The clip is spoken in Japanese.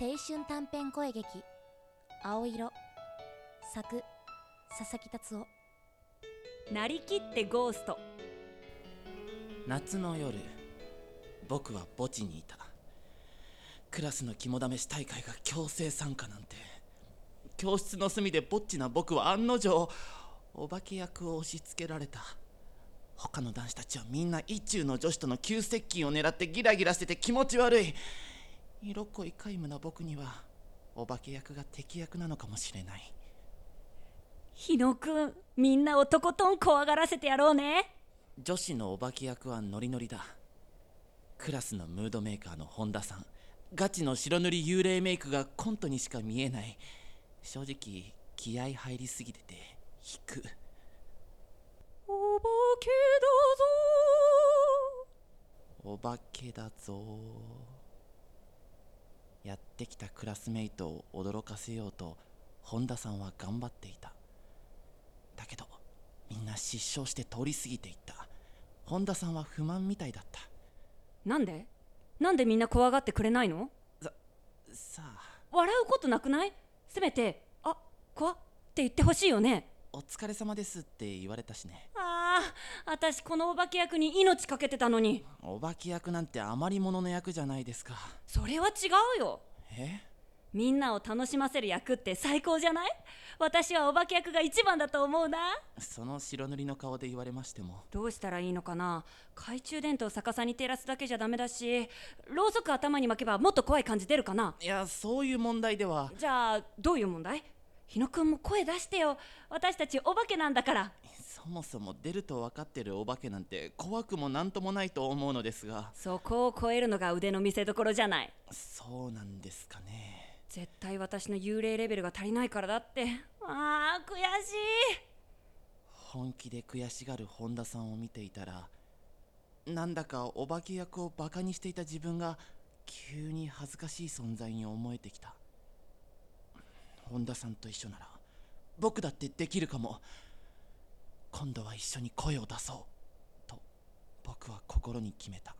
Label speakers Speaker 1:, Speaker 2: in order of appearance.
Speaker 1: 青春短編声劇「青色」作佐々木達夫
Speaker 2: なりきってゴースト
Speaker 3: 夏の夜僕は墓地にいたクラスの肝試し大会が強制参加なんて教室の隅でぼっちな僕は案の定お化け役を押し付けられた他の男子たちはみんな一中の女子との急接近を狙ってギラギラしてて気持ち悪い色恋皆無な僕にはお化け役が敵役なのかもしれない
Speaker 2: 日野くんみんなをとことん怖がらせてやろうね
Speaker 3: 女子のお化け役はノリノリだクラスのムードメーカーの本田さんガチの白塗り幽霊メイクがコントにしか見えない正直気合入りすぎてて引く
Speaker 2: お化け
Speaker 3: お化けだぞーやってきたクラスメイトを驚かせようと本田さんは頑張っていただけどみんな失笑して通り過ぎていった本田さんは不満みたいだった
Speaker 2: なんでなんでみんな怖がってくれないの
Speaker 3: さあ
Speaker 2: 笑うことなくないせめて「あ怖っ」って言ってほしいよね
Speaker 3: お疲れ様ですって言われたしね
Speaker 2: ああ私このお化け役に命かけてたのに
Speaker 3: お化け役なんて余り物の役じゃないですか
Speaker 2: それは違うよ
Speaker 3: え
Speaker 2: みんなを楽しませる役って最高じゃない私はお化け役が一番だと思うな
Speaker 3: その白塗りの顔で言われましても
Speaker 2: どうしたらいいのかな懐中電灯を逆さに照らすだけじゃダメだしろうそく頭に巻けばもっと怖い感じ出るかない
Speaker 3: やそういう問題では
Speaker 2: じゃあどういう問題日野くんも声出してよ私たちお化けなんだから
Speaker 3: そもそも出ると分かってるお化けなんて怖くもなんともないと思うのですが
Speaker 2: そこを超えるのが腕の見せ所じゃない
Speaker 3: そうなんですかね
Speaker 2: 絶対私の幽霊レベルが足りないからだってあー悔しい
Speaker 3: 本気で悔しがる本田さんを見ていたらなんだかお化け役をバカにしていた自分が急に恥ずかしい存在に思えてきた本田さんと一緒なら僕だってできるかも今度は一緒に声を出そうと僕は心に決めた